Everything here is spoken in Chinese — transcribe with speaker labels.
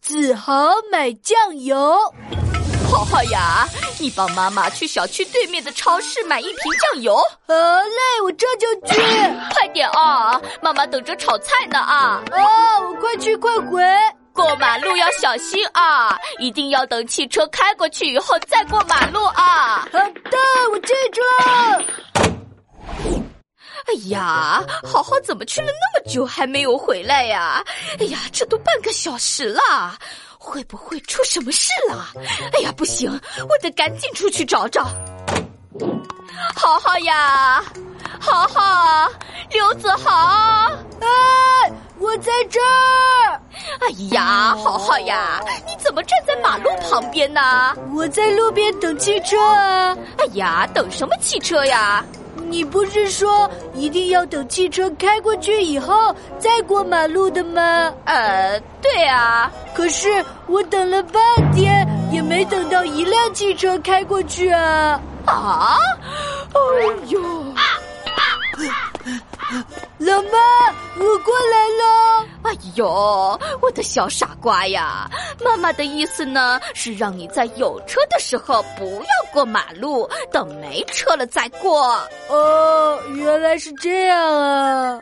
Speaker 1: 子豪买酱油。
Speaker 2: 浩、哦、呀，你帮妈妈去小区对面的超市买一瓶酱油。
Speaker 1: 好嘞，我这就去。
Speaker 2: 快点啊，妈妈等着炒菜呢啊！
Speaker 1: 哦，我快去快回。
Speaker 2: 过马路要小心啊，一定要等汽车开过去以后再过马路啊！
Speaker 1: 好的，我记住了。
Speaker 2: 哎呀，好好怎么去了那么久还没有回来呀、啊？哎呀，这都半个小时啦，会不会出什么事了？哎呀，不行，我得赶紧出去找找。豪豪呀，豪豪，刘子豪，啊
Speaker 1: 哎，我在这儿。
Speaker 2: 哎呀，豪豪呀，你怎么站在马路旁边呢？
Speaker 1: 我在路边等汽车啊。
Speaker 2: 哎呀，等什么汽车呀？
Speaker 1: 你不是说一定要等汽车开过去以后再过马路的吗？
Speaker 2: 呃，对啊。
Speaker 1: 可是我等了半天，也没等到一辆汽车开过去啊！
Speaker 2: 啊！哎呦！
Speaker 1: 老妈，我过来了！
Speaker 2: 哎呦，我的小傻瓜呀！妈妈的意思呢，是让你在有车的时候不要过马路，等没车了再过。
Speaker 1: 哦，原来是这样啊！